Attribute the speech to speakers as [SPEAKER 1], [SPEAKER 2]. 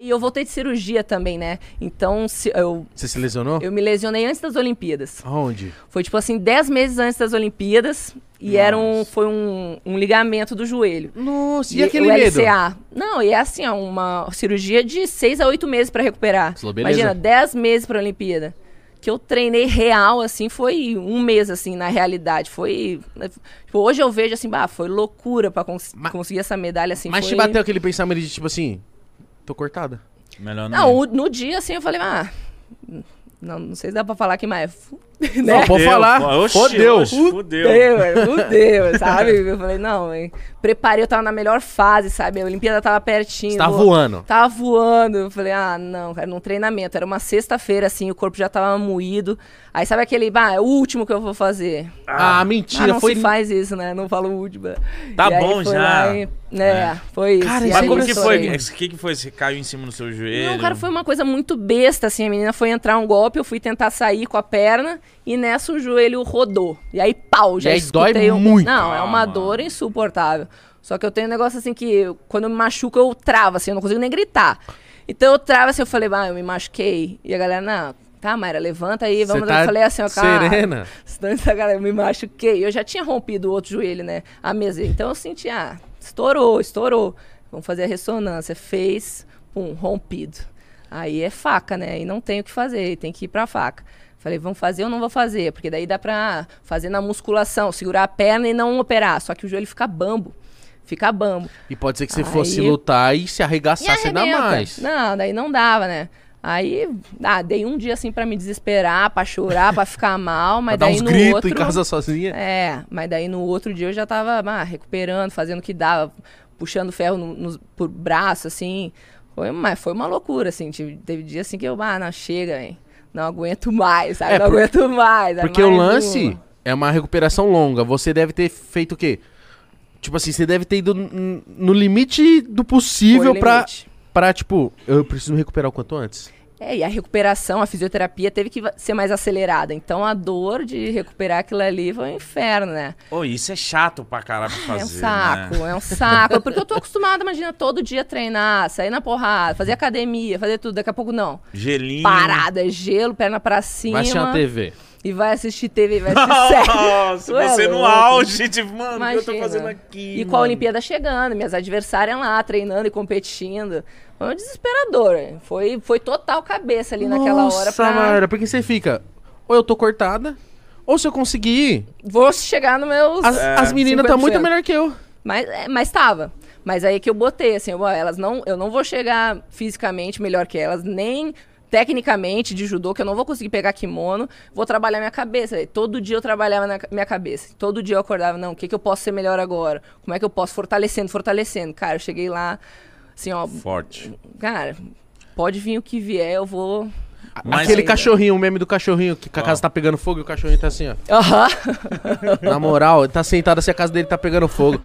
[SPEAKER 1] E eu voltei de cirurgia também, né? Então, se- eu,
[SPEAKER 2] Você se lesionou?
[SPEAKER 1] eu me lesionei antes das Olimpíadas.
[SPEAKER 2] Aonde?
[SPEAKER 1] Foi tipo assim, 10 meses antes das Olimpíadas. E
[SPEAKER 2] Nossa.
[SPEAKER 1] era um, foi um, um ligamento do joelho.
[SPEAKER 2] Nossa, e, aquele
[SPEAKER 1] o
[SPEAKER 2] medo?
[SPEAKER 1] LCA. Não, e é assim, ó, uma cirurgia de 6 a 8 meses pra recuperar.
[SPEAKER 2] Falou, beleza.
[SPEAKER 1] Imagina, 10 meses pra Olimpíada. Que eu treinei real, assim, foi um mês, assim, na realidade. Foi. Tipo, hoje eu vejo assim, bah, foi loucura pra cons-
[SPEAKER 2] Mas-
[SPEAKER 1] conseguir essa medalha, assim.
[SPEAKER 2] Mas
[SPEAKER 1] foi...
[SPEAKER 2] te bateu aquele pensamento de tipo assim, tô cortada.
[SPEAKER 3] Melhor não.
[SPEAKER 1] Não, o- no dia, assim, eu falei, ah. Não, não sei se dá pra falar aqui, mas. fu- Né?
[SPEAKER 2] Não, pode
[SPEAKER 3] Fudeu,
[SPEAKER 2] falar.
[SPEAKER 3] oxi,
[SPEAKER 2] Fodeu.
[SPEAKER 3] oxi, Fudeu.
[SPEAKER 1] Fudeu, é, fudeu, sabe? Eu falei, não, hein? preparei, eu tava na melhor fase, sabe? A Olimpíada tava pertinho.
[SPEAKER 2] Você tá
[SPEAKER 1] vou-
[SPEAKER 2] voando.
[SPEAKER 1] Tava voando. Eu falei, ah, não, cara, num treinamento. Era uma sexta-feira, assim, o corpo já tava moído. Aí sabe aquele, bah, é o último que eu vou fazer.
[SPEAKER 2] Ah,
[SPEAKER 1] ah,
[SPEAKER 2] mentira,
[SPEAKER 1] não
[SPEAKER 2] foi.
[SPEAKER 1] se faz isso, né? Não falo o último.
[SPEAKER 3] Tá
[SPEAKER 1] E aí
[SPEAKER 3] bom
[SPEAKER 1] foi
[SPEAKER 3] já.
[SPEAKER 1] lá e- né, foi isso.
[SPEAKER 2] Cara,
[SPEAKER 1] E
[SPEAKER 2] isso
[SPEAKER 1] aí
[SPEAKER 3] Mas como que
[SPEAKER 1] começou
[SPEAKER 3] foi?
[SPEAKER 1] aí.
[SPEAKER 3] O que, que foi? Você caiu em cima do seu joelho?
[SPEAKER 1] Não, cara, foi uma coisa muito besta, assim. A menina foi entrar um golpe, eu fui tentar sair com a perna e nessa o joelho rodou. E aí, pau, já
[SPEAKER 2] E aí dói
[SPEAKER 1] escutei um...
[SPEAKER 2] muito.
[SPEAKER 1] Não, é uma
[SPEAKER 3] Ah,
[SPEAKER 1] dor
[SPEAKER 3] mano.
[SPEAKER 1] insuportável. Só que eu tenho um negócio assim que eu- quando eu me machuco, eu travo, assim, eu não consigo nem gritar. Então eu travo assim, eu falei, ah, eu me machuquei. E a galera, não, tá, Mayra, levanta aí, vamos.
[SPEAKER 2] Você
[SPEAKER 1] dar-
[SPEAKER 2] tá
[SPEAKER 1] eu falei assim, ó, cara.
[SPEAKER 2] serena.
[SPEAKER 1] Senão essa galera eu me machuquei. Eu já tinha rompido o outro joelho, né? A mesa. Então eu senti, ah, estourou, estourou. Vamos fazer a ressonância. Fez, pum, rompido. Aí é faca, né? E não tem o que fazer, tem que ir pra faca. Falei, vamos fazer ou não vou fazer? Porque daí dá pra fazer na musculação, segurar a perna e não operar. Só que o joelho fica bambo. Fica bambo.
[SPEAKER 2] E pode ser que você
[SPEAKER 1] Aí-
[SPEAKER 2] fosse lutar e se
[SPEAKER 1] E
[SPEAKER 2] arregaçar ainda
[SPEAKER 1] arrebenta.
[SPEAKER 2] mais.
[SPEAKER 1] Não, daí não dava, né? Aí, ah, dei um dia assim pra me desesperar, pra chorar, pra ficar mal, mas
[SPEAKER 2] Pra dar
[SPEAKER 1] daí
[SPEAKER 2] uns
[SPEAKER 1] no
[SPEAKER 2] gritos
[SPEAKER 1] outro.
[SPEAKER 2] em casa sozinha.
[SPEAKER 1] É, mas daí no outro dia eu já tava ah, recuperando, fazendo o que dava, puxando ferro no, nos- por braço, assim. Foi uma, foi uma loucura, assim. Tive, teve dia assim que eu, ah, não, chega, hein. Não aguento mais, sabe?
[SPEAKER 2] É,
[SPEAKER 1] não
[SPEAKER 2] por-
[SPEAKER 1] aguento mais. é
[SPEAKER 2] Porque o
[SPEAKER 1] mais
[SPEAKER 2] lance
[SPEAKER 1] uma.
[SPEAKER 2] é uma recuperação longa. Você deve ter feito o quê? Tipo assim, você deve ter ido n- no limite do
[SPEAKER 1] Foi
[SPEAKER 2] possível
[SPEAKER 1] o
[SPEAKER 2] pra,
[SPEAKER 1] limite.
[SPEAKER 2] pra, tipo, eu preciso me recuperar o quanto antes.
[SPEAKER 1] É, e a recuperação, a fisioterapia teve que va- ser mais acelerada. Então a dor de recuperar aquilo ali foi um inferno, né?
[SPEAKER 3] Ô, isso é chato pra caralho pra
[SPEAKER 1] é um
[SPEAKER 3] fazer.
[SPEAKER 1] saco,
[SPEAKER 3] né?
[SPEAKER 1] é um saco. Porque eu tô acostumada, imagina, todo dia treinar, sair na porrada, fazer academia, fazer tudo. Daqui a pouco não.
[SPEAKER 3] Gelinho.
[SPEAKER 1] parada, é gelo, perna pra cima.
[SPEAKER 2] Vai assistir uma TV.
[SPEAKER 1] E vai assistir TV, vai assistir série.
[SPEAKER 3] Nossa,
[SPEAKER 1] Tu é
[SPEAKER 3] você no
[SPEAKER 1] louco.
[SPEAKER 3] auge, tipo, mano, o que eu tô
[SPEAKER 1] Imagina.
[SPEAKER 3] fazendo aqui?
[SPEAKER 1] E com a
[SPEAKER 3] mano?
[SPEAKER 1] Olimpíada chegando, minhas adversárias lá treinando e competindo. Foi um desesperador. hein? Foi, foi total cabeça ali naquela hora. Pra...
[SPEAKER 2] Mara, porque você fica, ou eu tô cortada, ou se eu conseguir,
[SPEAKER 1] Vou chegar no meu. É.
[SPEAKER 2] as, as meninas tá
[SPEAKER 1] 50%.
[SPEAKER 2] muito melhor que eu.
[SPEAKER 1] Mas, é, mas tava. Mas aí que eu botei, assim, ó, elas não, eu não vou chegar fisicamente melhor que elas, nem tecnicamente de judô, que eu não vou conseguir pegar kimono, vou trabalhar minha cabeça. E todo dia eu trabalhava na ca- minha cabeça. Todo dia eu acordava, não, o que, que eu posso ser melhor agora? Como é que eu posso? Fortalecendo, fortalecendo. Cara, eu cheguei lá, assim, ó,
[SPEAKER 3] Forte.
[SPEAKER 1] cara, pode vir o que vier, eu vou.
[SPEAKER 3] Mas-
[SPEAKER 2] Aquele cachorrinho, o meme do cachorrinho, que a casa tá pegando fogo e o cachorrinho tá assim, ó.
[SPEAKER 1] Aham.
[SPEAKER 2] Na moral, ele tá sentado assim, a casa dele tá pegando fogo.